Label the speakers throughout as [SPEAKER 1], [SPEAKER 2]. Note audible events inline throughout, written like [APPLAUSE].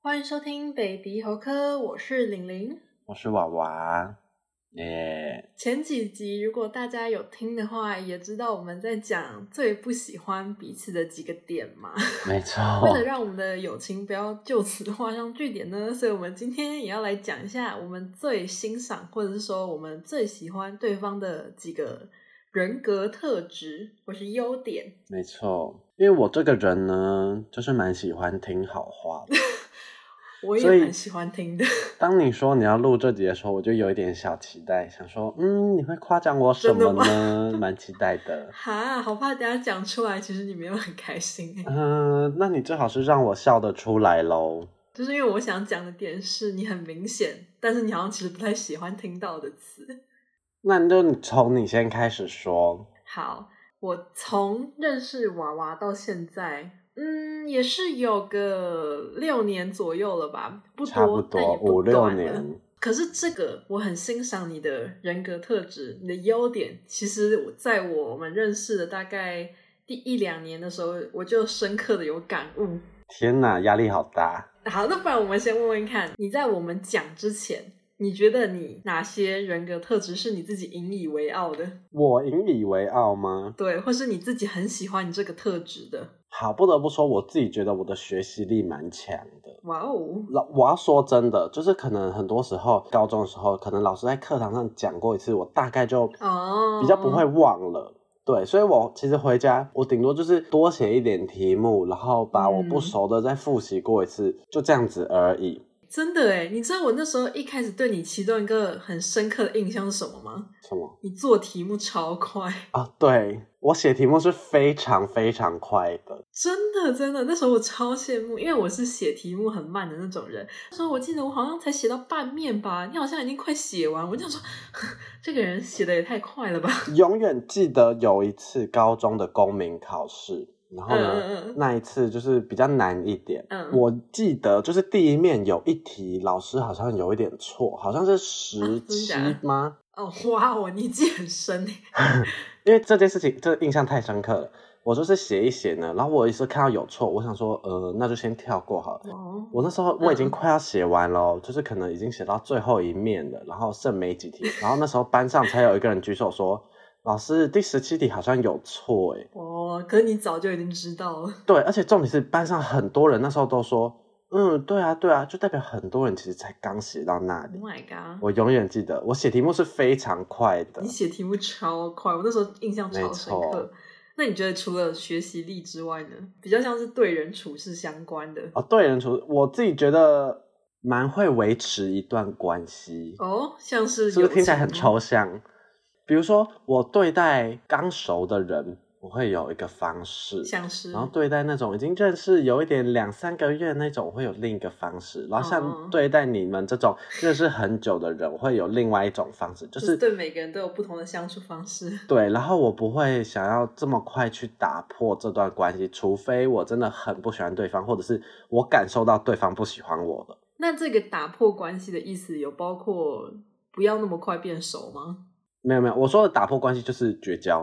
[SPEAKER 1] 欢迎收听北鼻猴科，我是玲玲。
[SPEAKER 2] 我是娃娃，耶、
[SPEAKER 1] 前几集如果大家有听的话，也知道我们在讲最不喜欢彼此的几个点嘛。
[SPEAKER 2] 没错，
[SPEAKER 1] [LAUGHS] 为了让我们的友情不要就此画上句点呢，所以我们今天也要来讲一下我们最欣赏或者是说我们最喜欢对方的几个人格特质或是优点。
[SPEAKER 2] 没错。因为我这个人呢，就是蛮喜欢听好话的。
[SPEAKER 1] 我也
[SPEAKER 2] 所以
[SPEAKER 1] 蛮喜欢听的， [LAUGHS]
[SPEAKER 2] 当你说你要录这集的时候，我就有一点小期待，想说，嗯，你会夸奖我什
[SPEAKER 1] [LAUGHS]
[SPEAKER 2] 么呢？蛮期待的。
[SPEAKER 1] 哈，好怕等一下讲出来，其实你没有很开心欸。
[SPEAKER 2] 嗯、那你最好是让我笑得出来喽。
[SPEAKER 1] 就是因为我想讲的点是你很明显，但是你好像其实不太喜欢听到的词。
[SPEAKER 2] 那你就从你先开始说。
[SPEAKER 1] 好，我从认识娃娃到现在，嗯，也是有个六年左右了吧，不多，
[SPEAKER 2] 差不
[SPEAKER 1] 但也
[SPEAKER 2] 多
[SPEAKER 1] 不
[SPEAKER 2] 五六
[SPEAKER 1] 短了
[SPEAKER 2] 年。
[SPEAKER 1] 可是这个我很欣赏你的人格特质，你的优点。其实我在我们认识的大概第一两年的时候，我就深刻的有感悟。
[SPEAKER 2] 天哪，压力好大。
[SPEAKER 1] 好，那不然我们先问问看，你在我们讲之前，你觉得你哪些人格特质是你自己引以为傲的？
[SPEAKER 2] 我引以为傲吗？
[SPEAKER 1] 对，或是你自己很喜欢你这个特质的？
[SPEAKER 2] 好，不得不说，我自己觉得我的学习力蛮强的。
[SPEAKER 1] 哇哦，
[SPEAKER 2] 老，我要说真的，就是可能很多时候，高中的时候，可能老师在课堂上讲过一次，我大概就
[SPEAKER 1] 哦，
[SPEAKER 2] 比较不会忘了。对，所以我其实回家，我顶多就是多写一点题目，然后把我
[SPEAKER 1] 嗯
[SPEAKER 2] 不熟的再复习过一次，就这样子而已。
[SPEAKER 1] 真的哎，你知道我那时候一开始对你其中一个很深刻的印象是什么吗？
[SPEAKER 2] 什么
[SPEAKER 1] 你做题目超快，
[SPEAKER 2] 啊？对我写题目是非常非常快的，
[SPEAKER 1] 真的真的，那时候我超羡慕，因为我是写题目很慢的那种人。那时候我记得我好像才写到半面吧，你好像已经快写完，我就想说， [LAUGHS] 这个人写的也太快了吧。
[SPEAKER 2] 永远记得有一次高中的公民考试，然后呢，
[SPEAKER 1] 嗯嗯嗯
[SPEAKER 2] 那一次就是比较难一点。
[SPEAKER 1] 嗯
[SPEAKER 2] 我记得就是第一面有一题，老师好像有一点错，好像是十七
[SPEAKER 1] 啊真的假
[SPEAKER 2] 吗？
[SPEAKER 1] 哦，哇哦，你记很深欸诶。
[SPEAKER 2] 因为这件事情，这个印象太深刻了。我就是写一写呢，然后我也是看到有错，我想说，呃，那就先跳过好了。
[SPEAKER 1] 哦，
[SPEAKER 2] 我那时候我已
[SPEAKER 1] 嗯
[SPEAKER 2] 经快要写完了哦，就是可能已经写到最后一面了，然后剩没几题，然后那时候班上才有一个人举手说：“老师，第十七题好像有错。”欸诶，
[SPEAKER 1] 哦，可你早就已经知道了。
[SPEAKER 2] 对，而且重点是班上很多人那时候都说：“嗯，对啊，对啊。”就代表很多人其实才刚写到那
[SPEAKER 1] Oh
[SPEAKER 2] 里。
[SPEAKER 1] my god！
[SPEAKER 2] 我永远记得，我写题目是非常快的
[SPEAKER 1] 你。写题目超快，我那时候印象超深
[SPEAKER 2] 没
[SPEAKER 1] 刻
[SPEAKER 2] 错。
[SPEAKER 1] 那你觉得除了学习力之外呢，比较像是对人处事相关的？
[SPEAKER 2] 哦，对人处，我自己觉得蛮会维持一段关系。
[SPEAKER 1] 哦，像是
[SPEAKER 2] 是不
[SPEAKER 1] 友
[SPEAKER 2] 是听起来
[SPEAKER 1] 情
[SPEAKER 2] 很
[SPEAKER 1] 吗？
[SPEAKER 2] 抽象？比如说，我对待刚熟的人，我会有一个方式；
[SPEAKER 1] 像是
[SPEAKER 2] 然后对待那种已经认识有一点两三个月的那种，我会有另一个方式；然后
[SPEAKER 1] 哦
[SPEAKER 2] 像对待你们这种认识很久的人，我会有另外一种方式，就
[SPEAKER 1] 就是
[SPEAKER 2] 是
[SPEAKER 1] 对每个人都有不同的相处方式。
[SPEAKER 2] 对。然后我不会想要这么快去打破这段关系，除非我真的很不喜欢对方，或者是我感受到对方不喜欢我了。
[SPEAKER 1] 那这个打破关系的意思有包括不要那么快变熟吗？
[SPEAKER 2] 没有没有，我说的打破关系就是绝交，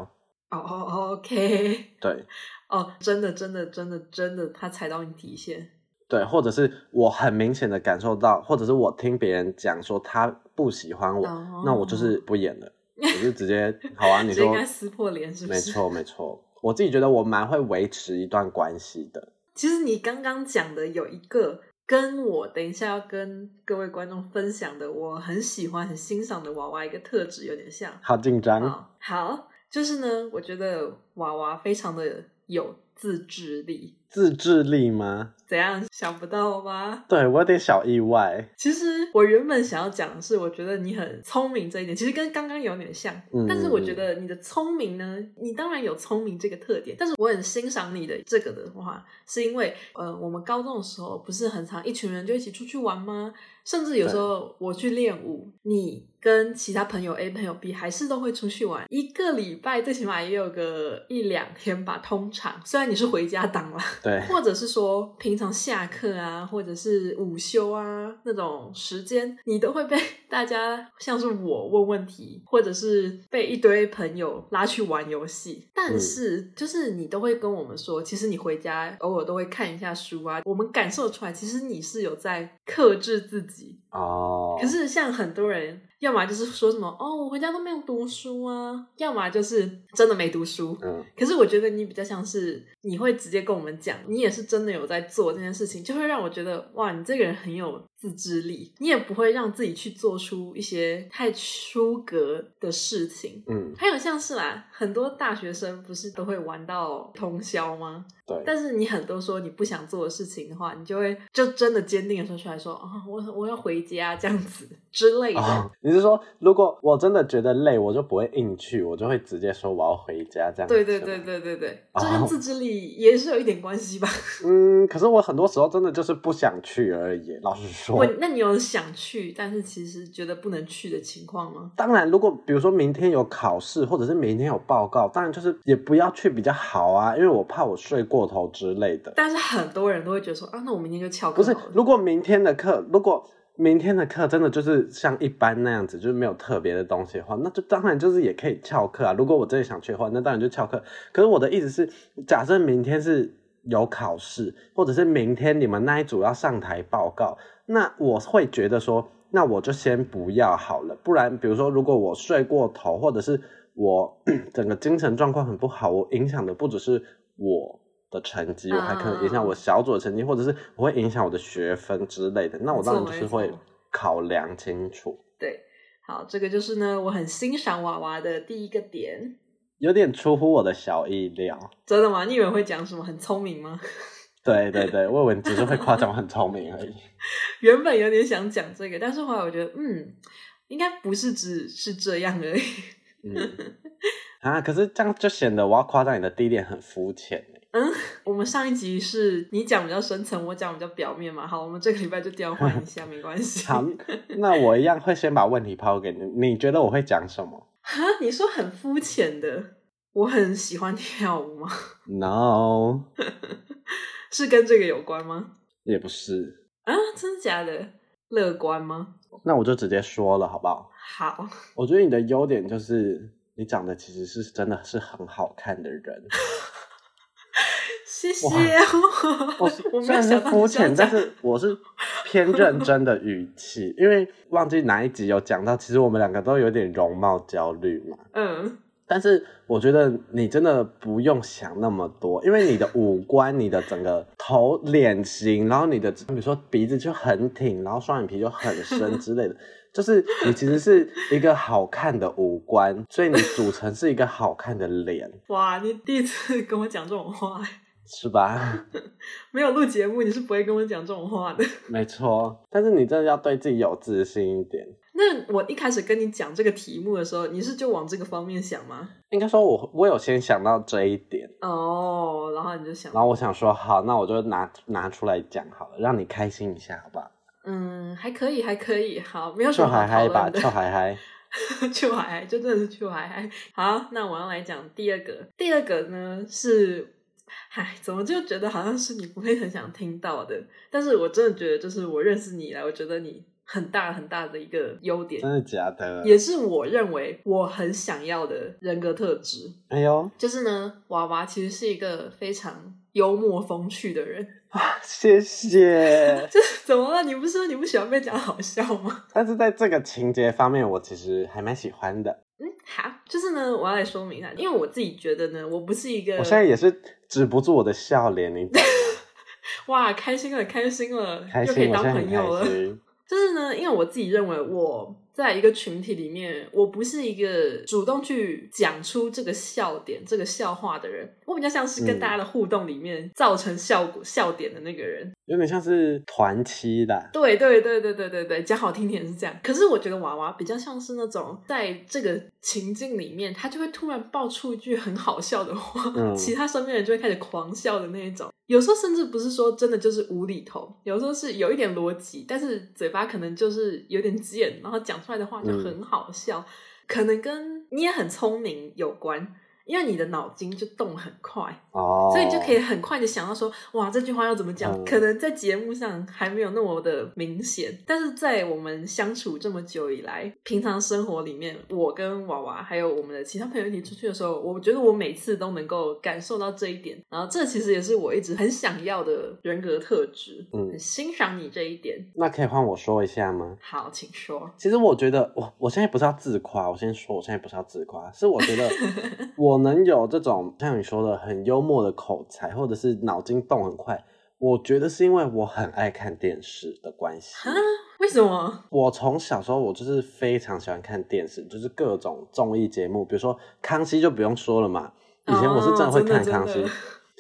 [SPEAKER 1] 哦哦哦，OK，
[SPEAKER 2] 对。
[SPEAKER 1] 哦，真的真的真的真的，他踩到你底线。
[SPEAKER 2] 对，或者是我很明显的感受到，或者是我听别人讲说他不喜欢我，
[SPEAKER 1] 哦
[SPEAKER 2] 那我就是不演了，我就直接好啊，
[SPEAKER 1] [LAUGHS]
[SPEAKER 2] 你
[SPEAKER 1] 这应
[SPEAKER 2] 说
[SPEAKER 1] 该撕破脸是不
[SPEAKER 2] 没
[SPEAKER 1] 是？
[SPEAKER 2] 错没错，我自己觉得我蛮会维持一段关系的，
[SPEAKER 1] 其实你刚刚讲的有一个跟我等一下要跟各位观众分享的，我很喜欢、很欣赏的娃娃一个特质有点像。
[SPEAKER 2] 好紧张，
[SPEAKER 1] 好，好，就是呢，我觉得娃娃非常的有自制力。
[SPEAKER 2] 自制力吗？
[SPEAKER 1] 怎样想不到吧？
[SPEAKER 2] 对我有点小意外，
[SPEAKER 1] 其实我原本想要讲的是，我觉得你很聪明这一点，其实跟刚刚有点像，
[SPEAKER 2] 嗯
[SPEAKER 1] 但是我觉得你的聪明呢，你当然有聪明这个特点，但是我很欣赏你的这个的话，是因为呃，我们高中的时候不是很常一群人就一起出去玩吗？甚至有时候我去练舞，你跟其他朋友 A 朋友 B 还是都会出去玩，一个礼拜最起码也有个一两天吧，通常虽然你是回家党啦，
[SPEAKER 2] 对，
[SPEAKER 1] 或者是说平常下课啊，或者是午休啊那种时间，你都会被 [LAUGHS] 大家像是我问问题，或者是被一堆朋友拉去玩游戏。但是、就是你都会跟我们说，其实你回家偶尔都会看一下书啊，我们感受出来，其实你是有在克制自己，
[SPEAKER 2] 哦，
[SPEAKER 1] 可是像很多人，要么就是说什么哦，我回家都没有读书啊，要么就是真的没读书。
[SPEAKER 2] 嗯，
[SPEAKER 1] 可是我觉得你比较像是你会直接跟我们讲，你也是真的有在做这件事情，就会让我觉得哇，你这个人很有自制力，你也不会让自己去做出一些太出格的事情。
[SPEAKER 2] 嗯，
[SPEAKER 1] 还有像是啦，很多大学生不是都会玩到通宵吗？
[SPEAKER 2] 对，
[SPEAKER 1] 但是你很多说你不想做的事情的话，你就会就真的坚定的说出来说啊、我我要回家这样子之类的。
[SPEAKER 2] 哦，你是说如果我真的觉得累，我就不会硬去，我就会直接说我要回家这样。
[SPEAKER 1] 对对对。对对对，
[SPEAKER 2] 哦
[SPEAKER 1] 这跟自制力也是有一点关系吧？
[SPEAKER 2] 嗯，可是我很多时候真的就是不想去而已。老实说
[SPEAKER 1] 我，那你有想去，但是其实觉得不能去的情况吗？
[SPEAKER 2] 当然如果比如说明天有考试，或者是明天有报告，当然就是也不要去比较好啊，因为我怕我睡过头之类的。
[SPEAKER 1] 但是很多人都会觉得说啊，那我明天就翘课
[SPEAKER 2] 不是
[SPEAKER 1] 好，了
[SPEAKER 2] 如果明天的课，如果明天的课真的就是像一般那样子，就是没有特别的东西的话，那就当然就是也可以翘课啊。如果我真的想去的话，那当然就翘课。可是我的意思是，假设明天是有考试，或者是明天你们那一组要上台报告，那我会觉得说，那我就先不要好了。不然，比如说，如果我睡过头，或者是我 [CLEARS THROAT] 整个精神状况很不好，我影响的不只是我的成绩，我还可能影
[SPEAKER 1] 啊
[SPEAKER 2] 响我小组的成绩，或者是我会影响我的学分之类的。那我当然就是
[SPEAKER 1] 没
[SPEAKER 2] 会
[SPEAKER 1] 错
[SPEAKER 2] 考量清楚。
[SPEAKER 1] 对，好，这个就是呢，我很欣赏娃娃的第一个点。
[SPEAKER 2] 有点出乎我的小意料，
[SPEAKER 1] 真的吗？你以为会讲什么很聪明吗？
[SPEAKER 2] 对对对，我以为你只是会夸奖我很聪明而已。
[SPEAKER 1] 原本有点想讲这个，但是后来我觉得，嗯，应该不是只是这样而已。 [LAUGHS]
[SPEAKER 2] 嗯，啊，可是这样就显得我要夸赞你的第一点很肤浅。
[SPEAKER 1] 我们上一集是你讲比较深层，我讲比较表面嘛。好，我们这个礼拜就调换一下，没关系。
[SPEAKER 2] [LAUGHS] 好
[SPEAKER 1] 啊，，
[SPEAKER 2] 那我一样会先把问题抛给你，你觉得我会讲什么
[SPEAKER 1] 你说很肤浅的，我很喜欢跳舞吗？
[SPEAKER 2] ？No，
[SPEAKER 1] 是跟这个有关吗？
[SPEAKER 2] 也不是。
[SPEAKER 1] 啊，真的假的？乐观吗？
[SPEAKER 2] 那我就直接说了，好不好？
[SPEAKER 1] 好，
[SPEAKER 2] 我觉得你的优点就是你长得其实是真的是很好看
[SPEAKER 1] [LAUGHS]
[SPEAKER 2] 的人。
[SPEAKER 1] 谢谢。哦
[SPEAKER 2] 哇
[SPEAKER 1] 我
[SPEAKER 2] 我
[SPEAKER 1] [LAUGHS] 我没有
[SPEAKER 2] 虽然是
[SPEAKER 1] 想到
[SPEAKER 2] 肤
[SPEAKER 1] 你这样
[SPEAKER 2] 浅，但
[SPEAKER 1] 讲。
[SPEAKER 2] 是我是偏认真的语气，因为忘记哪一集有讲到，其实我们两个都有点容貌焦虑嘛。
[SPEAKER 1] 嗯，
[SPEAKER 2] 但是我觉得你真的不用想那么多，因为你的五官、你的整个头、脸型，然后你的比如说鼻子就很挺，然后双眼皮就很深 [LAUGHS] 之类的，就是你其实是一个好看的五官，所以你组成是一个好看的脸，
[SPEAKER 1] 哇，你第一次跟我讲这种话，
[SPEAKER 2] 是吧？
[SPEAKER 1] 没有录节目，你是不会跟我讲这种话的。 [LAUGHS]
[SPEAKER 2] 没错。但是你真的要对自己有自信一点。
[SPEAKER 1] 那我一开始跟你讲这个题目的时候，你是就往这个方面想吗？
[SPEAKER 2] 应该说我，我有先想到这一点，
[SPEAKER 1] 哦，然后你就想，
[SPEAKER 2] 然后我想说，好，那我就拿拿出来讲好了，让你开心一下，好不好？
[SPEAKER 1] 嗯，还可以，还可以，好，没有什
[SPEAKER 2] 就
[SPEAKER 1] 么好
[SPEAKER 2] 嗨
[SPEAKER 1] 讨
[SPEAKER 2] 嗨
[SPEAKER 1] 论 [LAUGHS]
[SPEAKER 2] 吧，
[SPEAKER 1] 的
[SPEAKER 2] 就，嗨嗨。
[SPEAKER 1] [LAUGHS] 就还还，就真的是就还还。好，那我要来讲第二个，第二个呢是，唉，怎么就觉得好像是你不会很想听到的？但是我真的觉得，就是我认识你以来，我觉得你很大很大的一个优点
[SPEAKER 2] 真，的假的？
[SPEAKER 1] 也是我认为我很想要的人格特质。
[SPEAKER 2] 哎呦，
[SPEAKER 1] 就是呢，娃娃其实是一个非常幽默风趣的人。。
[SPEAKER 2] 谢谢
[SPEAKER 1] [LAUGHS] 就是怎么了？你不是说你不喜欢被讲好笑吗？
[SPEAKER 2] 但是在这个情节方面，我其实还蛮喜欢的。
[SPEAKER 1] 嗯，好，就是呢，我要来说明一下，因为我自己觉得呢，我不是一个
[SPEAKER 2] 我现在也是止不住我的笑脸，你懂吗？
[SPEAKER 1] 哇开心了，开心了，
[SPEAKER 2] 开
[SPEAKER 1] 又可以
[SPEAKER 2] 心，我
[SPEAKER 1] 当
[SPEAKER 2] 现在很
[SPEAKER 1] 朋友
[SPEAKER 2] 开
[SPEAKER 1] 了。
[SPEAKER 2] 心。
[SPEAKER 1] 就是呢，因为我自己认为我在一个群体里面，我不是一个主动去讲出这个笑点、这个笑话的人，我比较像是跟
[SPEAKER 2] 嗯
[SPEAKER 1] 大家的互动里面造成效果、笑点的那个人。
[SPEAKER 2] 有点像是团期啦，
[SPEAKER 1] 对对对对对对对，讲好听点是这样。可是我觉得娃娃比较像是那种在这个情境里面，他就会突然爆出一句很好笑的话，
[SPEAKER 2] 嗯
[SPEAKER 1] 其他身边人就会开始狂笑的那一种。有时候甚至不是说真的就是无厘头，有时候是有一点逻辑，但是嘴巴可能就是有点贱，然后讲出来的话就很好笑，可能跟你也很聪明有关。因为你的脑筋就动很快，
[SPEAKER 2] 哦，
[SPEAKER 1] 所以就可以很快的想到说，哇，这句话要怎么讲？
[SPEAKER 2] 嗯
[SPEAKER 1] 可能在节目上还没有那么的明显，但是在我们相处这么久以来，平常生活里面，我跟娃娃还有我们的其他朋友一起出去的时候，我觉得我每次都能够感受到这一点。然后这其实也是我一直很想要的人格特质，
[SPEAKER 2] 嗯
[SPEAKER 1] 很欣赏你这一点。
[SPEAKER 2] 那可以换我说一下吗？
[SPEAKER 1] 好，请说。
[SPEAKER 2] 其实我觉得，我我现在不是要自夸，我先说，我现在不是要自夸，是我
[SPEAKER 1] [LAUGHS]
[SPEAKER 2] 觉得我能有这种像你说的很幽默的口才，或者是脑筋动很快，我觉得是因为我很爱看电视的关系。
[SPEAKER 1] 啊？为什么？
[SPEAKER 2] 我从小时候我就是非常喜欢看电视，就是各种综艺节目，比如说《康熙》就不用说了嘛，以前我是真的会看《康
[SPEAKER 1] 哦
[SPEAKER 2] 熙
[SPEAKER 1] 真的真》的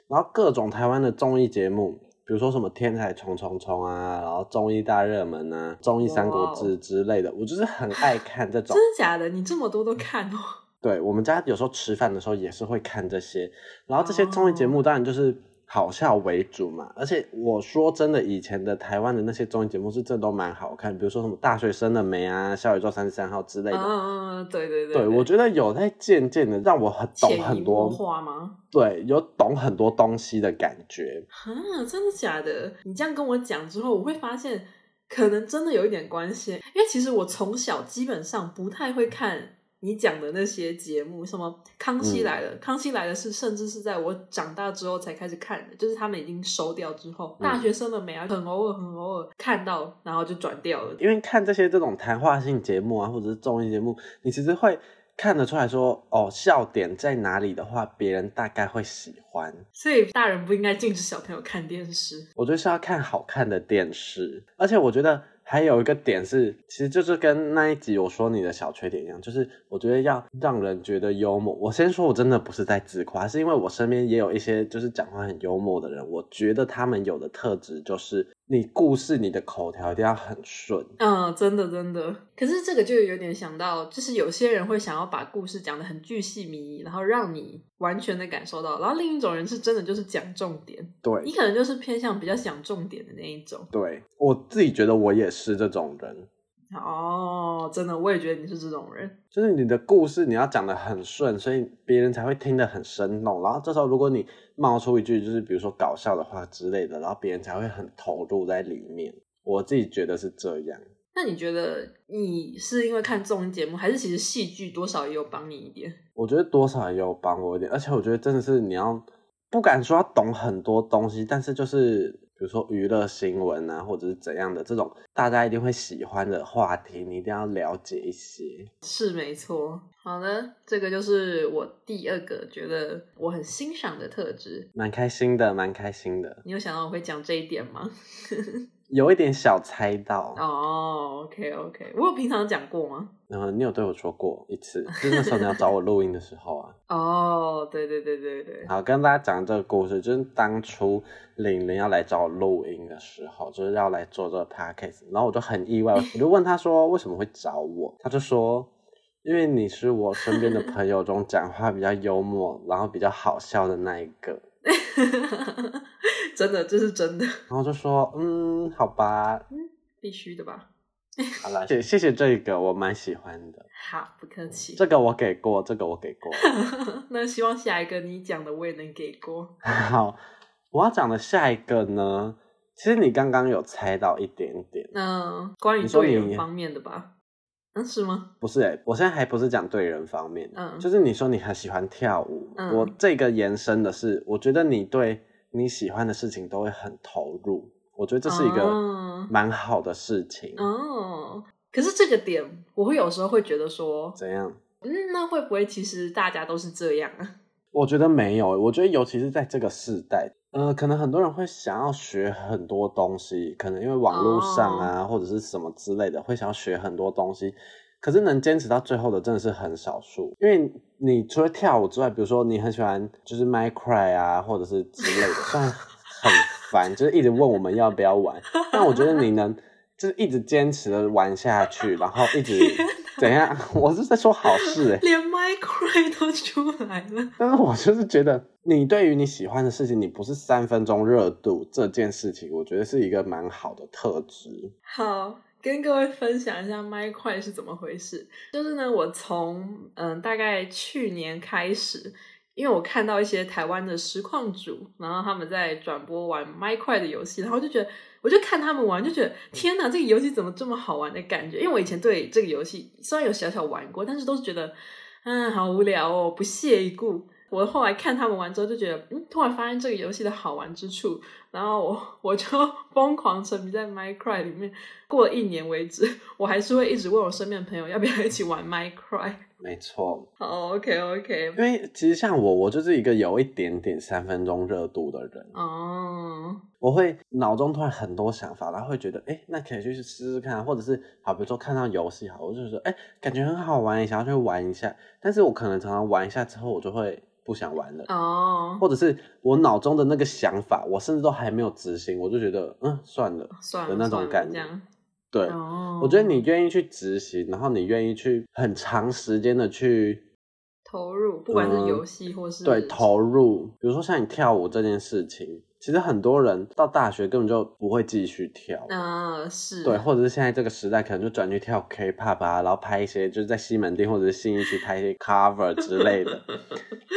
[SPEAKER 2] 然后各种台湾的综艺节目，比如说什么《天才冲冲冲》啊，然后综艺大热门啊，综艺三国
[SPEAKER 1] 哇哦
[SPEAKER 2] 志之类的，我就是很爱看这
[SPEAKER 1] 真。
[SPEAKER 2] 种
[SPEAKER 1] 的假的？你这么多都看哦？
[SPEAKER 2] 对我们家有时候吃饭的时候也是会看这些，然后这些综艺节目
[SPEAKER 1] 哦
[SPEAKER 2] 当然就是好笑为主嘛。而且我说真的，以前的台湾的那些综艺节目是真的都蛮好看，比如说什么《大学生的美》啊，《小宇宙三十三号》之
[SPEAKER 1] [LAUGHS] 嗯
[SPEAKER 2] 类的。
[SPEAKER 1] 嗯嗯，对对对
[SPEAKER 2] 对，我觉得有在渐渐的让我很懂
[SPEAKER 1] 潜移
[SPEAKER 2] 很
[SPEAKER 1] 默
[SPEAKER 2] 多，
[SPEAKER 1] 化吗？
[SPEAKER 2] 对，有懂很多东西的感觉。
[SPEAKER 1] 啊，真的假的？你这样跟我讲之后，我会发现可能真的有一点关系，因为其实我从小基本上不太会看你讲的那些节目，什么《康熙来了》康熙来了》是甚至是在我长大之后才开始看的，就是他们已经收掉之后，
[SPEAKER 2] 嗯
[SPEAKER 1] 大学生的美啊，很偶尔很偶尔看到，然后就转掉了。
[SPEAKER 2] 因为看这些这种谈话性节目啊，或者是综艺节目，你其实会看得出来说，哦，笑点在哪里的话，别人大概会喜欢。
[SPEAKER 1] 所以大人不应该禁止小朋友看电视。
[SPEAKER 2] 我觉得是要看好看的电视，而且我觉得还有一个点是，其实就是跟那一集我说你的小缺点一样，就是我觉得要让人觉得幽默。我先说，我真的不是在自夸，是因为我身边也有一些就是讲话很幽默的人，我觉得他们有的特质就是你故事你的口条一定要很顺，
[SPEAKER 1] 嗯，真的真的。可是这个就有点想到，就是有些人会想要把故事讲得很巨细靡遗，然后让你完全的感受到；然后另一种人是真的就是讲重点，
[SPEAKER 2] 对
[SPEAKER 1] 你可能就是偏向比较讲重点的那一种。
[SPEAKER 2] 对，我自己觉得我也是这种人。
[SPEAKER 1] 哦，真的，我也觉得你是这种人。
[SPEAKER 2] 就是你的故事你要讲的很顺，所以别人才会听得很生动。然后这时候如果你冒出一句就是比如说搞笑的话之类的，然后别人才会很投入在里面。我自己觉得是这样。
[SPEAKER 1] 那你觉得你是因为看综艺节目，还是其实戏剧多少也有帮你一点？
[SPEAKER 2] 我觉得多少也有帮我一点，而且我觉得真的是你要不敢说要懂很多东西，但是就是比如说娱乐新闻啊，或者是怎样的这种大家一定会喜欢的话题，你一定要了解一些。
[SPEAKER 1] 是没错。好的，这个就是我第二个觉得我很欣赏的特质。
[SPEAKER 2] 蛮开心的，蛮开心的，
[SPEAKER 1] 你有想到我会讲这一点吗？
[SPEAKER 2] 有一点小猜到。
[SPEAKER 1] 哦、o k OK，我有平常讲过吗？
[SPEAKER 2] 然后你有对我说过一次，就是那时候你要找我录音的时候啊。
[SPEAKER 1] 哦、对对对对对， [LAUGHS]
[SPEAKER 2] 好，跟大家讲这个故事，就是当初玲玲要来找我录音的时候，就是要来做这个 podcast，然后我就很意外，我就问她说为什么会找我，她就说。因为你是我身边的朋友中讲话比较幽默，然后比较好笑的那一个，
[SPEAKER 1] 真的这是真的，
[SPEAKER 2] 然后就说嗯，好吧，
[SPEAKER 1] 必须的吧？
[SPEAKER 2] 好了，谢谢谢这个，我蛮喜欢的，
[SPEAKER 1] 好，不客气。
[SPEAKER 2] 这个我给过，这个我给过。
[SPEAKER 1] [LAUGHS] 那希望下一个你讲的我也能给 [LAUGHS] 过。
[SPEAKER 2] 好，我要讲的下一个呢，其实你刚刚有猜到一点点，
[SPEAKER 1] 那关于
[SPEAKER 2] 你说
[SPEAKER 1] 对
[SPEAKER 2] 你
[SPEAKER 1] 人方面的吧？嗯，是吗？
[SPEAKER 2] 不是诶、我现在还不是讲对人方面的，
[SPEAKER 1] 嗯
[SPEAKER 2] 就是你说你很喜欢跳舞，
[SPEAKER 1] 嗯
[SPEAKER 2] 我这个延伸的是，我觉得你对你喜欢的事情都会很投入，我觉得这是一个
[SPEAKER 1] 哦
[SPEAKER 2] 蛮好的事情。
[SPEAKER 1] 哦可是这个点，我会有时候会觉得说，
[SPEAKER 2] 怎样？
[SPEAKER 1] 嗯，那会不会其实大家都是这样啊？
[SPEAKER 2] 我觉得没有，欸我觉得尤其是在这个时代，呃，可能很多人会想要学很多东西，可能因为网络上啊、或者是什么之类的，会想要学很多东西。可是能坚持到最后的真的是很少数，因为你除了跳舞之外，比如说你很喜欢就是 Minecraft 啊，或者是之类的，虽然很烦，就是一直问我们要不要玩，但我觉得你能就是一直坚持的玩下去，然后一直怎样，我是在说好事哎、
[SPEAKER 1] 连 Minecraft 都出来了，
[SPEAKER 2] [LAUGHS] 但是我就是觉得，你对于你喜欢的事情，你不是三分钟热度这件事情，我觉得是一个蛮好的特质。
[SPEAKER 1] 好，跟各位分享一下麦块是怎么回事。就是呢，我从嗯大概去年开始因为我看到一些台湾的实况主，然后他们在转播玩麦块的游戏，然后就觉得，我就看他们玩，就觉得天哪，这个游戏怎么这么好玩的感觉？因为我以前对这个游戏虽然有小小玩过，但是都是觉得，嗯，好无聊哦，不屑一顾。我后来看他们玩之后，就觉得，嗯，突然发现这个游戏的好玩之处，然后我我就 [LAUGHS] 疯狂沉迷在 Minecraft 里面。过了一年为止， [LAUGHS] 我还是会一直问我身边的朋友要不要一起玩 Minecraft。哦
[SPEAKER 2] 没错，
[SPEAKER 1] 好，OK OK，
[SPEAKER 2] 因为其实像我，我就是一个有一点点三分钟热度的人，
[SPEAKER 1] 哦，
[SPEAKER 2] 我会脑中突然很多想法，然后会觉得，哎、那可以去试试看啊，或者是好，比如说看到游戏好，我就说，哎、感觉很好玩，想要去玩一下，但是我可能常常玩一下之后，我就会不想玩了。
[SPEAKER 1] 哦，
[SPEAKER 2] 或者是我脑中的那个想法，我甚至都还没有执行，我就觉得嗯算了。
[SPEAKER 1] 算
[SPEAKER 2] 的
[SPEAKER 1] 了，
[SPEAKER 2] 那种
[SPEAKER 1] 算了
[SPEAKER 2] 感
[SPEAKER 1] 这
[SPEAKER 2] 觉
[SPEAKER 1] 样。
[SPEAKER 2] 对，
[SPEAKER 1] 哦，
[SPEAKER 2] 我觉得你愿意去执行，然后你愿意去很长时间的去
[SPEAKER 1] 投入，不管是
[SPEAKER 2] 嗯
[SPEAKER 1] 游戏或是
[SPEAKER 2] 对投入，比如说像你跳舞这件事情，其实很多人到大学根本就不会继续跳。
[SPEAKER 1] 嗯，是
[SPEAKER 2] 对，或者是现在这个时代，可能就转去跳 K-pop 啊，然后拍一些就是在西门町或者是信义区拍一些 cover 之
[SPEAKER 1] [LAUGHS]
[SPEAKER 2] 类的。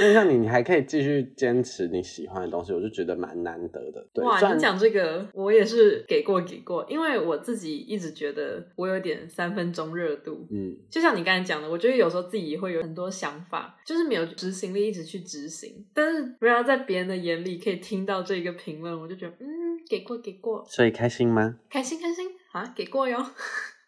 [SPEAKER 2] 那像你，你还可以继续坚持你喜欢的东西，我就觉得蛮难得的。对，虽
[SPEAKER 1] 哇，
[SPEAKER 2] 然
[SPEAKER 1] 你讲这个，我也是给过给过，因为我自己一直觉得我有点三分钟热度，
[SPEAKER 2] 嗯，
[SPEAKER 1] 就像你刚才讲的，我觉得有时候自己也会有很多想法，就是没有执行力，一直去执行，但是不要在别人的眼里可以听到这个评论，我就觉得嗯，给过给过，
[SPEAKER 2] 所以开心吗？
[SPEAKER 1] 开心开心啊，给过哟。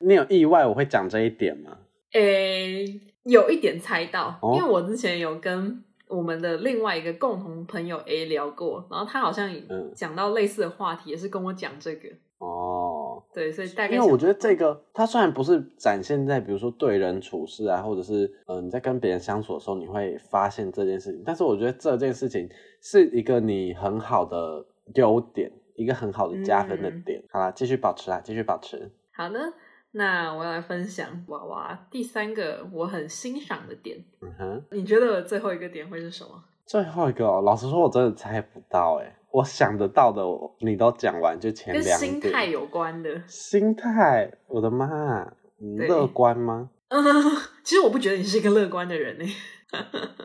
[SPEAKER 2] 你有意外我会讲这一点吗？
[SPEAKER 1] 诶、有一点猜到，
[SPEAKER 2] 哦
[SPEAKER 1] 因为我之前有跟我们的另外一个共同朋友 A 聊过，然后他好像也
[SPEAKER 2] 嗯
[SPEAKER 1] 讲到类似的话题，也是跟我讲这个，
[SPEAKER 2] 哦，
[SPEAKER 1] 对，所以大概嗯
[SPEAKER 2] 因为我觉
[SPEAKER 1] 得
[SPEAKER 2] 得这个它虽然不是展现在比如说对人处事啊，或者是嗯、呃你在跟别人相处的时候你会发现这件事情，但是我觉得这件事情是一个你很好的优点，一个很好的加分的
[SPEAKER 1] 嗯
[SPEAKER 2] 点。好啦，继续保持啦，继续保持。
[SPEAKER 1] 好的。那我要来分享娃娃第三个我很欣赏的点，
[SPEAKER 2] 嗯哼，
[SPEAKER 1] 你觉得最后一个点会是什么？
[SPEAKER 2] 最后一个、哦，老实说我真的猜不到哎、我想得到的我你都讲完，就前
[SPEAKER 1] 跟
[SPEAKER 2] 两点。
[SPEAKER 1] 心态有关的。
[SPEAKER 2] 心态，我的妈，嗯
[SPEAKER 1] 对
[SPEAKER 2] 乐观吗？
[SPEAKER 1] 嗯，其实我不觉得你是一个乐观的人呢。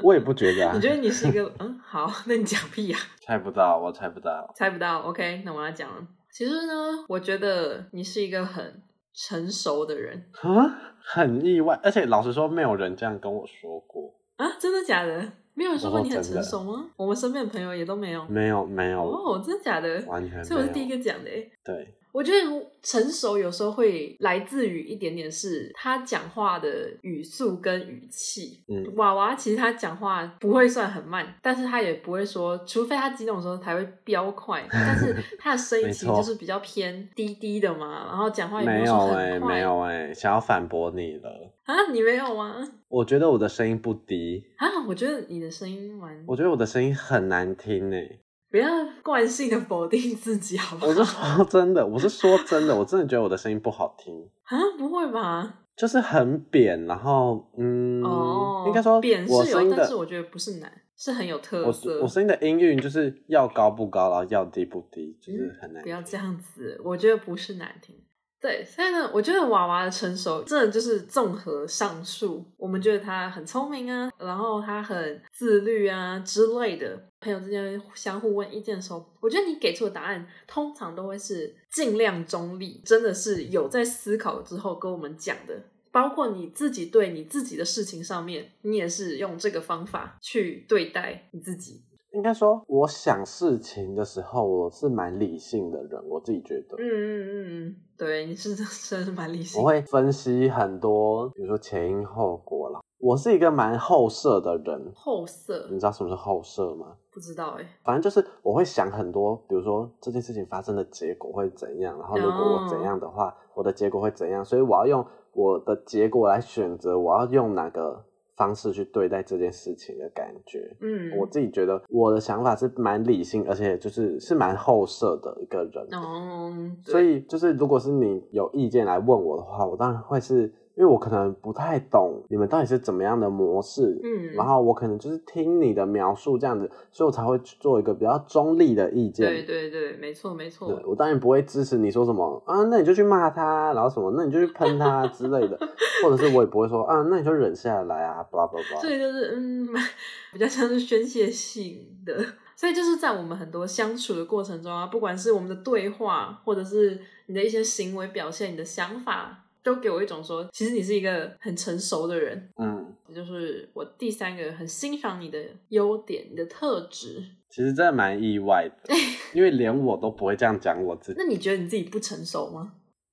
[SPEAKER 2] 我也不觉 [LAUGHS] 得、
[SPEAKER 1] [LAUGHS]
[SPEAKER 2] 啊。
[SPEAKER 1] 你觉得你是一个嗯好？那你讲屁呀、
[SPEAKER 2] 猜不到，我猜不到。
[SPEAKER 1] 猜不到。OK，那我要讲了。其实呢，我觉得你是一个很成熟的人
[SPEAKER 2] 啊，很意外，而且老实说，没有人这样跟我说过，
[SPEAKER 1] 啊，真的假的？没有人说过
[SPEAKER 2] 我
[SPEAKER 1] 你很
[SPEAKER 2] 真
[SPEAKER 1] 成
[SPEAKER 2] 的
[SPEAKER 1] 熟吗？我们身边的朋友也都没有。
[SPEAKER 2] 没有，没有，
[SPEAKER 1] 哦，真的假的？
[SPEAKER 2] 完全没有。
[SPEAKER 1] 所以我是第一个讲的诶。
[SPEAKER 2] 对，
[SPEAKER 1] 我觉得成熟有时候会来自于一点点是他讲话的语速跟语气。
[SPEAKER 2] 嗯
[SPEAKER 1] 娃娃其实他讲话不会算很慢，但是他也不会说，除非他激动的时候才会飙快，但是他的声音其实
[SPEAKER 2] 没错
[SPEAKER 1] 就是比较偏低低的嘛，然后讲话也
[SPEAKER 2] 没
[SPEAKER 1] 有
[SPEAKER 2] 有
[SPEAKER 1] 说
[SPEAKER 2] 哎、
[SPEAKER 1] 很快。
[SPEAKER 2] 没有哎、想要反驳你了。
[SPEAKER 1] 啊，你没有吗？
[SPEAKER 2] 我觉得我的声音不低，
[SPEAKER 1] 啊，我觉得你的声音蛮……啊
[SPEAKER 2] 我觉得我的声音很难听哎、
[SPEAKER 1] 不要惯性的否定自己，好不
[SPEAKER 2] 我是
[SPEAKER 1] 好？
[SPEAKER 2] 说真的，我是说真的，我真的觉得我的声音不好听，
[SPEAKER 1] [LAUGHS] 啊，不会吧？
[SPEAKER 2] 就是很扁，然后嗯，
[SPEAKER 1] 哦，
[SPEAKER 2] 应该说
[SPEAKER 1] 扁
[SPEAKER 2] 我
[SPEAKER 1] 是
[SPEAKER 2] 声音
[SPEAKER 1] 有，
[SPEAKER 2] 的
[SPEAKER 1] 但是我觉得不是难，是很有特
[SPEAKER 2] 我
[SPEAKER 1] 色。
[SPEAKER 2] 我声音的音韵就是要高不高，然后要低不低，就是很难、
[SPEAKER 1] 嗯不要这。样子，我觉得不是难听。对，所以呢，我觉得娃娃的成熟，真的就是综合上述，我们觉得他很聪明啊，然后他很自律啊之类的。朋友之间相互问意见的时候，我觉得你给出的答案通常都会是尽量中立，真的是有在思考之后跟我们讲的。包括你自己对你自己的事情上面，你也是用这个方法去对待你自己。
[SPEAKER 2] 应该说，我想事情的时候，我是蛮理性的人，我自己觉得
[SPEAKER 1] 嗯，嗯嗯嗯，对，你是真是蛮理性
[SPEAKER 2] 我
[SPEAKER 1] 的。
[SPEAKER 2] 会分析很多，比如说前因后果啦。我是一个蛮后设的人，
[SPEAKER 1] 后色
[SPEAKER 2] 你知道什么是后设吗？
[SPEAKER 1] 不知道哎、
[SPEAKER 2] 反正就是我会想很多，比如说这件事情发生的结果会怎样，然后如果我怎样的话，我的结果会怎样，所以我要用我的结果来选择我要用哪个方式去对待这件事情的感觉。
[SPEAKER 1] 嗯，
[SPEAKER 2] 我自己觉得我的想法是蛮理性，而且就是是蛮后设的一个人，
[SPEAKER 1] 哦，对
[SPEAKER 2] 所以就是如果是你有意见来问我的话，我当然会是因为我可能不太懂你们到底是怎么样的模式，
[SPEAKER 1] 嗯
[SPEAKER 2] 然后我可能就是听你的描述这样子，所以我才会去做一个比较中立的意见。
[SPEAKER 1] 对对对，没错没错
[SPEAKER 2] 对，，我当然不会支持你说什么啊，那你就去骂他，然后什么，那你就去喷他之类的， [LAUGHS] 或者是我也不会说啊，那你就忍下来啊，blah blah blah，
[SPEAKER 1] 所以就是嗯， [LAUGHS] 比较像是宣泄性的。所以就是在我们很多相处的过程中啊，不管是我们的对话，或者是你的一些行为表现、你的想法，都给我一种说，其实你是一个很成熟的人。
[SPEAKER 2] 嗯，
[SPEAKER 1] 这就是我第三个很欣赏你的优点、你的特质。
[SPEAKER 2] 其实真的蛮意外的，因为连我都不会这样讲我自己。
[SPEAKER 1] 那你觉得你自己不成熟吗？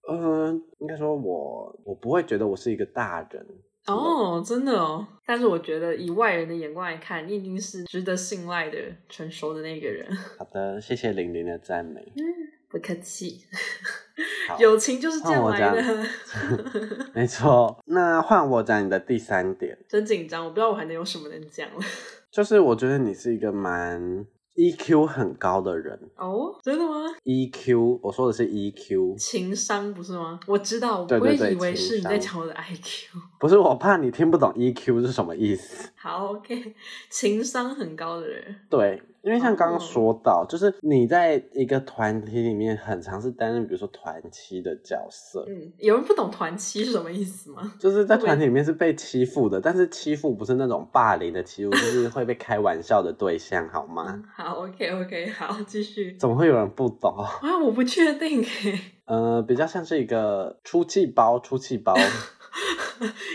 [SPEAKER 2] 嗯、应该说我我不会觉得我是一个大人，
[SPEAKER 1] 哦，真的哦。但是我觉得以外人的眼光来看，你已经是值得信赖的、成熟的那个人。
[SPEAKER 2] 好的，谢谢玲玲的赞美。
[SPEAKER 1] 不客气，
[SPEAKER 2] 好，
[SPEAKER 1] 友情就是这
[SPEAKER 2] 换
[SPEAKER 1] 样
[SPEAKER 2] 我
[SPEAKER 1] 来
[SPEAKER 2] 讲
[SPEAKER 1] 的。
[SPEAKER 2] 没错。那换我讲你的第三点，
[SPEAKER 1] 真紧张，我不知道我还能有什么能讲了。
[SPEAKER 2] 就是我觉得你是一个蛮 EQ 很高的人。
[SPEAKER 1] 哦，真的吗？
[SPEAKER 2] EQ，我说的是 E EQ，
[SPEAKER 1] 情商不是吗？我知道，我
[SPEAKER 2] 对
[SPEAKER 1] 不
[SPEAKER 2] 对
[SPEAKER 1] 会以
[SPEAKER 2] 对
[SPEAKER 1] 为是你
[SPEAKER 2] 情商
[SPEAKER 1] 在讲我的 IQ。
[SPEAKER 2] 不是我怕你听不懂 EQ 是什么意思。
[SPEAKER 1] [LAUGHS] 好，OK，情商很高的人，
[SPEAKER 2] 对，因为像刚
[SPEAKER 1] 哦
[SPEAKER 2] 刚说到，就是你在一个团体里面，很常是担任比如说团妻的角色，
[SPEAKER 1] 嗯，有人不懂团欺是什么意思吗？
[SPEAKER 2] 就是在团体里面是被欺负的，但是欺负不是那种霸凌的欺负，就是会被开玩笑的对象，好吗？
[SPEAKER 1] 好，OK，OK，、好， [LAUGHS] 继续。
[SPEAKER 2] 怎么会有人不懂？
[SPEAKER 1] 啊，我不确定欸诶，
[SPEAKER 2] 呃，比较像是一个出气包，出气
[SPEAKER 1] [LAUGHS]
[SPEAKER 2] 包。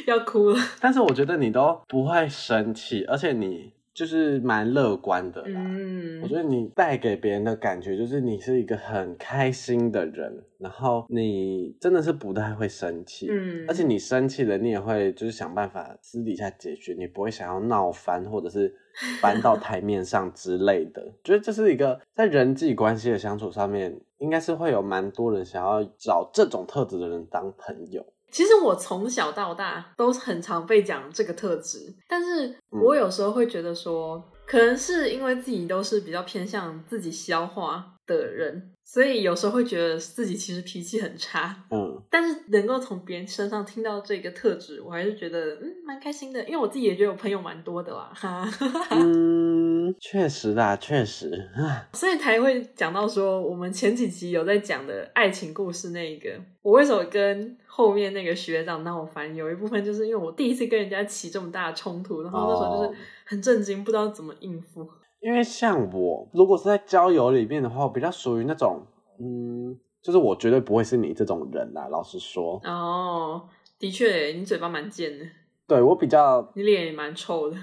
[SPEAKER 1] 要哭了。
[SPEAKER 2] 但是我觉得你都不会生气，而且你就是蛮乐观的啦。
[SPEAKER 1] 嗯
[SPEAKER 2] 我觉得你带给别人的感觉就是你是一个很开心的人，然后你真的是不太会生气，
[SPEAKER 1] 嗯，
[SPEAKER 2] 而且你生气了，你也会就是想办法私底下解决，你不会想要闹翻或者是搬到台面上之类的。觉得这是一个在人际关系的相处上面，应该是会有蛮多人想要找这种特质的人当朋友。
[SPEAKER 1] 其实我从小到大都很常被讲这个特质，但是我有时候会觉得说，可能是因为自己都是比较偏向自己消化的人，所以有时候会觉得自己其实脾气很差。 [LAUGHS]
[SPEAKER 2] 嗯，
[SPEAKER 1] 但是能够从别人身上听到这个特质，我还是觉得嗯蛮开心的，因为我自己也觉得我朋友蛮多的啦，哈，
[SPEAKER 2] 嗯，确实啦，确实，啊
[SPEAKER 1] 所以才会讲到说我们前几集有在讲的爱情故事那一个，我为什么跟后面那个学长闹翻，有一部分就是因为我第一次跟人家起这么大的冲突，然后那时
[SPEAKER 2] 哦
[SPEAKER 1] 候就是很震惊，不知道怎么应付。
[SPEAKER 2] 因为像我，如果是在交友里面的话，我比较属于那种，嗯，就是我绝对不会是你这种人啦。老实说，
[SPEAKER 1] 哦，的确，你嘴巴蛮贱的，
[SPEAKER 2] 对我比较，
[SPEAKER 1] 你脸也蛮臭的。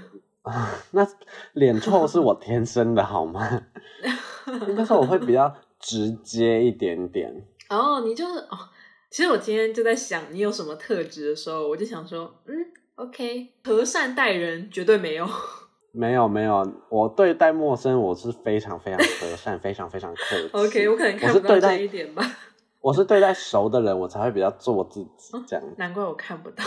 [SPEAKER 2] [LAUGHS] 那脸臭是我天生的好吗？ [LAUGHS] 应该说我会比较直接一点点。
[SPEAKER 1] 哦，你就是哦。其实我今天就在想你有什么特质的时候，我就想说，嗯，OK，和善待人绝对没有。
[SPEAKER 2] 没有没有，我对待陌生我是非常非常和善，非常非常客气。
[SPEAKER 1] OK，我可能
[SPEAKER 2] 我
[SPEAKER 1] 看
[SPEAKER 2] 是
[SPEAKER 1] 不到
[SPEAKER 2] 对
[SPEAKER 1] 这
[SPEAKER 2] 待
[SPEAKER 1] 一点吧，
[SPEAKER 2] 我是对待熟的人，我才会比较做自己
[SPEAKER 1] 嗯
[SPEAKER 2] 这样。
[SPEAKER 1] 难怪我看不到。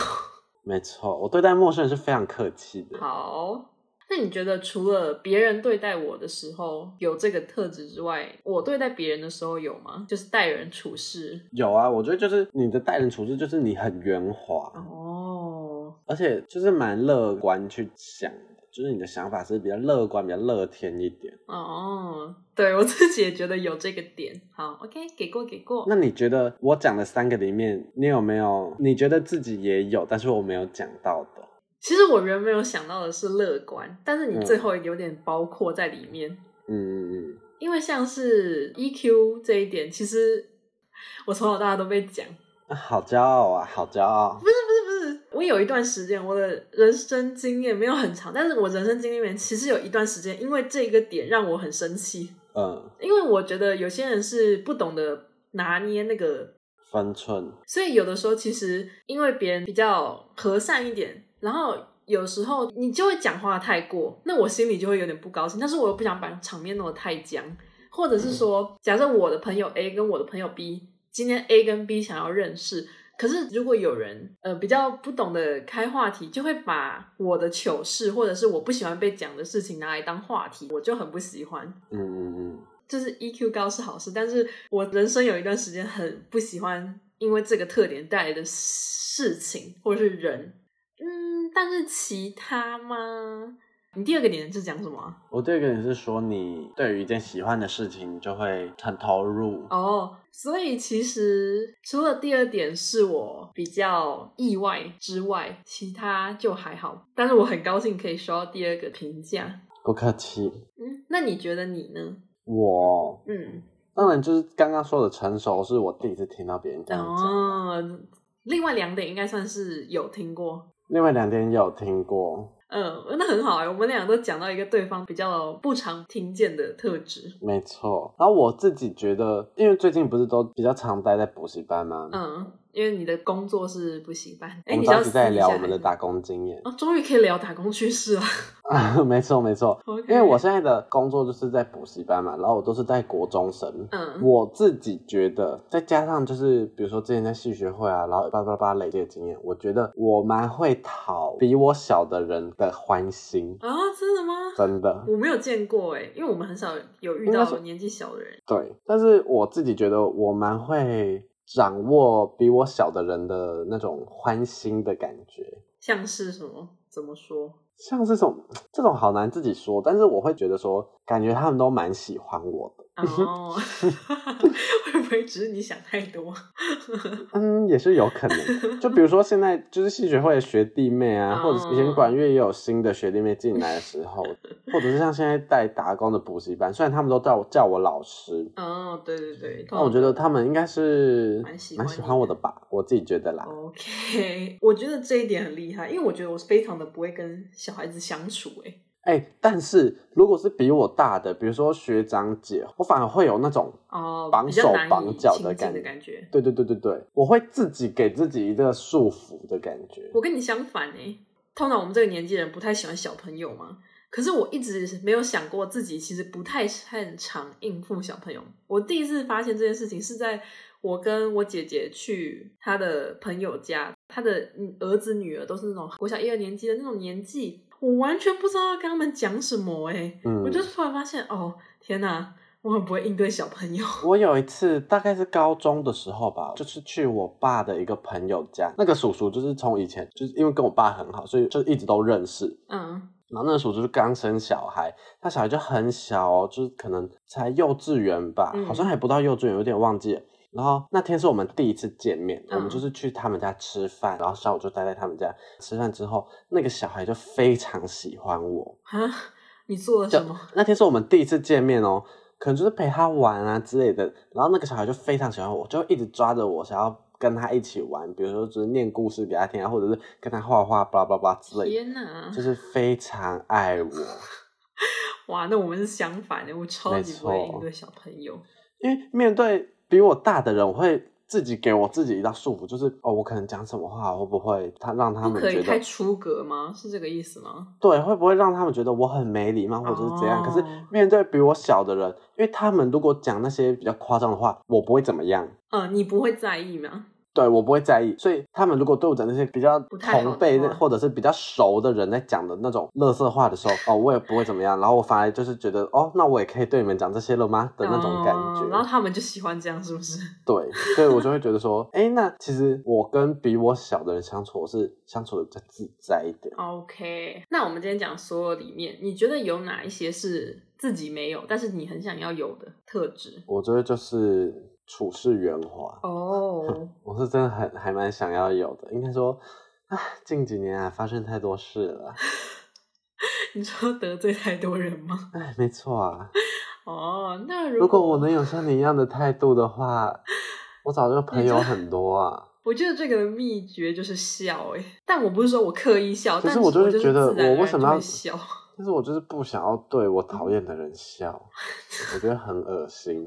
[SPEAKER 2] 没错，我对待陌生人是非常客气的。
[SPEAKER 1] 好，那你觉得除了别人对待我的时候有这个特质之外，我对待别人的时候有吗？就是待人处事。
[SPEAKER 2] 有啊，我觉得就是你的待人处事，就是你很圆滑，
[SPEAKER 1] 哦，
[SPEAKER 2] 而且就是蛮乐观去想的，就是你的想法是比较乐观、比较乐天一点。
[SPEAKER 1] 哦，对我自己也觉得有这个点。好，OK，给过给过。
[SPEAKER 2] 那你觉得我讲的三个里面，你有没有你觉得自己也有，但是我没有讲到的？
[SPEAKER 1] 其实我原本有想到的是乐观，但是你
[SPEAKER 2] 嗯
[SPEAKER 1] 最后有点包括在里面。
[SPEAKER 2] 嗯嗯
[SPEAKER 1] 因为像是 EQ 这一点，其实我从小到大都被讲，
[SPEAKER 2] 嗯，好骄傲啊，好骄傲。
[SPEAKER 1] 不是，我有一段时间我的人生经验没有很长，但是我人生经历里面其实有一段时间，因为这个点让我很生气，
[SPEAKER 2] 嗯，
[SPEAKER 1] 因为我觉得有些人是不懂得拿捏那个，
[SPEAKER 2] 分寸。
[SPEAKER 1] 所以有的时候其实因为别人比较和善一点，然后。有时候你就会讲话太过，那我心里就会有点不高兴，但是我又不想把场面弄得太僵，或者是说，假设我的朋友 A 跟我的朋友 B，今天 A 跟 B 想要认识，可是如果有人呃比较不懂得开话题，就会把我的糗事或者是我不喜欢被讲的事情拿来当话题，我就很不喜欢。
[SPEAKER 2] 嗯嗯嗯，
[SPEAKER 1] E 就是 EQ 高是好事，但是我人生有一段时间很不喜欢因为这个特点带来的事情或者是人，嗯，但是其他吗？你第二个点是讲什么啊？
[SPEAKER 2] 我第二个也是说，你对于一件喜欢的事情，你就会很投入。
[SPEAKER 1] 哦，所以其实除了第二点是我比较意外之外，其他就还好。但是我很高兴可以收到第二个评价。
[SPEAKER 2] 不客气，
[SPEAKER 1] 嗯，那你觉得你呢？
[SPEAKER 2] 我
[SPEAKER 1] 嗯，
[SPEAKER 2] 当然就是刚刚说的成熟，是我第一次听到别人这样讲。
[SPEAKER 1] 哦，另外两点应该算是有听过。
[SPEAKER 2] 另外两点也有听过，
[SPEAKER 1] 嗯，那很好哎、我们俩都讲到一个对方比较不常听见的特质。
[SPEAKER 2] 没错。然后我自己觉得，因为最近不是都比较常待在补习班吗？
[SPEAKER 1] 嗯，因为你的工作是补习班，哎、
[SPEAKER 2] 我
[SPEAKER 1] 你
[SPEAKER 2] 们
[SPEAKER 1] 要
[SPEAKER 2] 当
[SPEAKER 1] 私
[SPEAKER 2] 时
[SPEAKER 1] 底下
[SPEAKER 2] 在聊我们的
[SPEAKER 1] 还是
[SPEAKER 2] 打工经验
[SPEAKER 1] 哦，终于可以聊打工趣事了。
[SPEAKER 2] 啊， [LAUGHS] 没错没错。
[SPEAKER 1] OK
[SPEAKER 2] 因为我现在的工作就是在补习班嘛，然后我都是在国中生。
[SPEAKER 1] 嗯
[SPEAKER 2] 我自己觉得，再加上就是比如说之前在戏学会啊，然后叭叭叭累积的经验，我觉得我蛮会讨比我小的人的欢心，
[SPEAKER 1] 啊，真的吗？
[SPEAKER 2] 真的。
[SPEAKER 1] 我没有见过哎、因为我们很少有遇
[SPEAKER 2] 应该
[SPEAKER 1] 到
[SPEAKER 2] 是
[SPEAKER 1] 年纪小的人。
[SPEAKER 2] 对，但是我自己觉得我蛮会掌握比我小的人的那种欢心的感觉，
[SPEAKER 1] 像是什么？怎么说？
[SPEAKER 2] 像这种这种好难自己说，但是我会觉得说，感觉他们都蛮喜欢我的，
[SPEAKER 1] 哦，
[SPEAKER 2] [LAUGHS]
[SPEAKER 1] 会不会只是你想太多？
[SPEAKER 2] 嗯，也是有可能的。就比如说现在就是戏学会的学弟妹啊，或者是以
[SPEAKER 1] 哦
[SPEAKER 2] 前管乐也有新的学弟妹进来的时候，或者是像现在带打工的补习班，虽然他们都叫我叫我老师。
[SPEAKER 1] 哦，对对对，
[SPEAKER 2] 但我觉得他们应该是
[SPEAKER 1] 哦蛮喜欢
[SPEAKER 2] 蛮
[SPEAKER 1] 你哦
[SPEAKER 2] 喜欢我的吧，我自己觉得啦。
[SPEAKER 1] OK，我觉得这一点很厉害，因为我觉得我是非常的不会跟小孩子相处哎、
[SPEAKER 2] 哎、但是如果是比我大的，比如说学长姐，我反而会有那种，
[SPEAKER 1] 哦，
[SPEAKER 2] 绑
[SPEAKER 1] 比较
[SPEAKER 2] 手
[SPEAKER 1] 难以
[SPEAKER 2] 绑脚的
[SPEAKER 1] 亲近
[SPEAKER 2] 感
[SPEAKER 1] 的
[SPEAKER 2] 觉
[SPEAKER 1] 感觉。
[SPEAKER 2] 对对对对对，我会自己给自己一个束缚的感觉。
[SPEAKER 1] 我跟你相反哎、通常我们这个年纪人不太喜欢小朋友嘛。可是我一直没有想过自己其实不太擅长应付小朋友。我第一次发现这件事情是在我跟我姐姐去她的朋友家，她的嗯儿子女儿都是那种国小一二年级的那种年纪，我完全不知道要跟他们讲什么哎、
[SPEAKER 2] 嗯
[SPEAKER 1] 我就突然发现哦，天哪，我很不会应对小朋友。
[SPEAKER 2] 我有一次大概是高中的时
[SPEAKER 1] [LAUGHS]
[SPEAKER 2] 候吧，就是去我爸的一个朋友家，那个叔叔就是从以前就是因为跟我爸很好，所以就一直都认识。
[SPEAKER 1] 嗯
[SPEAKER 2] 然后那个叔叔就刚生小孩，他小孩就很小哦，就是可能才幼稚园吧，
[SPEAKER 1] 嗯
[SPEAKER 2] 好像还不到幼稚园，有点忘记了。然后那天是我们第一次见面，
[SPEAKER 1] 嗯
[SPEAKER 2] 我们就是去他们家吃饭，然后下午就待在他们家吃饭之后，那个小孩就非常喜欢我。
[SPEAKER 1] 啊，你做了什么？
[SPEAKER 2] 那天是我们第一次见面哦，可能就是陪他玩啊之类的。然后那个小孩就非常喜欢我，就一直抓着我想要跟他一起玩，比如说就是念故事给他听啊，或者是跟他画画，巴拉巴拉之类的，
[SPEAKER 1] 天啊哪！
[SPEAKER 2] 就是非常爱我。
[SPEAKER 1] 哇，那我们是相反的，我超级
[SPEAKER 2] 没
[SPEAKER 1] 不会
[SPEAKER 2] 错
[SPEAKER 1] 应对小朋友。
[SPEAKER 2] 因为面对比我大的人，我会自己给我自己一道束缚，就是哦，我可能讲什么话，会不会他让他
[SPEAKER 1] 不
[SPEAKER 2] 们
[SPEAKER 1] 可以
[SPEAKER 2] 觉
[SPEAKER 1] 太
[SPEAKER 2] 得
[SPEAKER 1] 出格吗？是这个意思吗？
[SPEAKER 2] 对，会不会让他们觉得我很没礼貌，或者是怎样？可是
[SPEAKER 1] 哦
[SPEAKER 2] 面对比我小的人，因为他们如果讲那些比较夸张的话，我不会怎么样。
[SPEAKER 1] 嗯，你不会在意吗？
[SPEAKER 2] 对我不会在意，所以他们如果对我的那些比较
[SPEAKER 1] 太好的
[SPEAKER 2] 同辈
[SPEAKER 1] 话
[SPEAKER 2] 或者是比较熟的人在讲的那种乐色话的时候，哦，我也不会怎么样，然后我反而就是觉得，哦，那我也可以对你们讲这些了吗的那种感觉。
[SPEAKER 1] 哦然后他们就喜欢这样，是不是？
[SPEAKER 2] 对，所以我就会觉得说，哎，那其实我跟比我小的人相处，我是相处的比较自在一点。
[SPEAKER 1] OK，那我们今天讲所有里面，你觉得有哪一些是自己没有，但是你很想要有的特质？
[SPEAKER 2] 我觉得就是处事圆滑，
[SPEAKER 1] 哦，
[SPEAKER 2] 我是真的很还蛮想要有的。应该说，唉，近几年啊，发生太多事了。
[SPEAKER 1] [LAUGHS] 你说得罪太多人吗？
[SPEAKER 2] 唉，没错啊。
[SPEAKER 1] 哦，那
[SPEAKER 2] 如
[SPEAKER 1] 如
[SPEAKER 2] 果我能有像你一样的态度的话，我早就朋友很多啊。
[SPEAKER 1] 我觉得这个秘诀就是笑哎、但我不是说我刻意笑，
[SPEAKER 2] 可
[SPEAKER 1] 但
[SPEAKER 2] 是我就是
[SPEAKER 1] 就
[SPEAKER 2] 觉得
[SPEAKER 1] 自然而
[SPEAKER 2] 我为
[SPEAKER 1] 然
[SPEAKER 2] 什么
[SPEAKER 1] 就
[SPEAKER 2] 要
[SPEAKER 1] 会笑？
[SPEAKER 2] 但是我就是不想要对我讨厌的人笑，
[SPEAKER 1] 嗯
[SPEAKER 2] 我觉得很恶
[SPEAKER 1] [LAUGHS]
[SPEAKER 2] 心。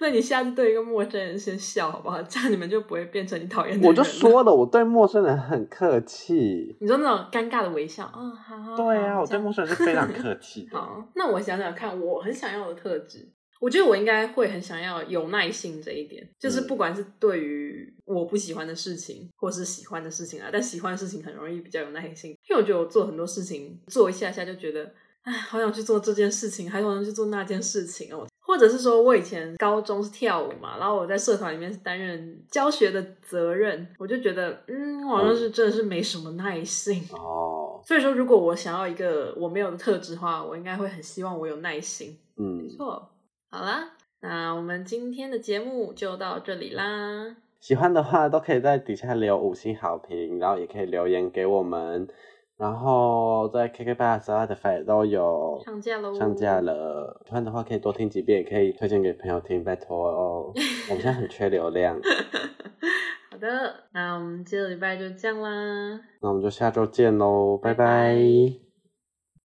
[SPEAKER 1] 那你下次对一个陌生人先笑好不好？这样你们就不会变成你讨厌的人。
[SPEAKER 2] 我就，说了，我对陌生人很客气。
[SPEAKER 1] 你说那种尴尬的微笑，嗯，好好。
[SPEAKER 2] 对啊，
[SPEAKER 1] 好
[SPEAKER 2] 我
[SPEAKER 1] 这
[SPEAKER 2] 对
[SPEAKER 1] 样
[SPEAKER 2] 陌生人是非常客气的。
[SPEAKER 1] 好。那我想想看，我很想要的特质，我觉得我应该会很想要有耐性这一点，就是
[SPEAKER 2] 嗯
[SPEAKER 1] 不管是对于我不喜欢的事情，或是喜欢的事情啊，但喜欢的事情很容易比较有耐性，因为我觉得我做很多事情做一下下就觉得，哎，好想去做这件事情，还好想去做那件事情哦，会或者是说我以前高中是跳舞嘛，然后我在社团里面是担任教学的责任，我就觉得，嗯，我好像是真的是没什么耐性。
[SPEAKER 2] 哦，
[SPEAKER 1] 所以说，如果我想要一个我没有的特质的话，我应该会很希望我有耐心。
[SPEAKER 2] 嗯
[SPEAKER 1] 没，错，好啦，那我们今天的节目就到这里啦。
[SPEAKER 2] 喜欢的话都可以在底下留五星好评，然后也可以留言给我们，然后在 KK Bus 啊的 f 都有
[SPEAKER 1] 上架喽！
[SPEAKER 2] 上架了。喜欢的话可以多听几遍，也可以推荐给朋友听，拜托哦。我们现在很缺流量，
[SPEAKER 1] 好的，那我们这个礼拜就这样啦。
[SPEAKER 2] 那我们就下周见喽，拜
[SPEAKER 1] 拜
[SPEAKER 2] 拜
[SPEAKER 1] 拜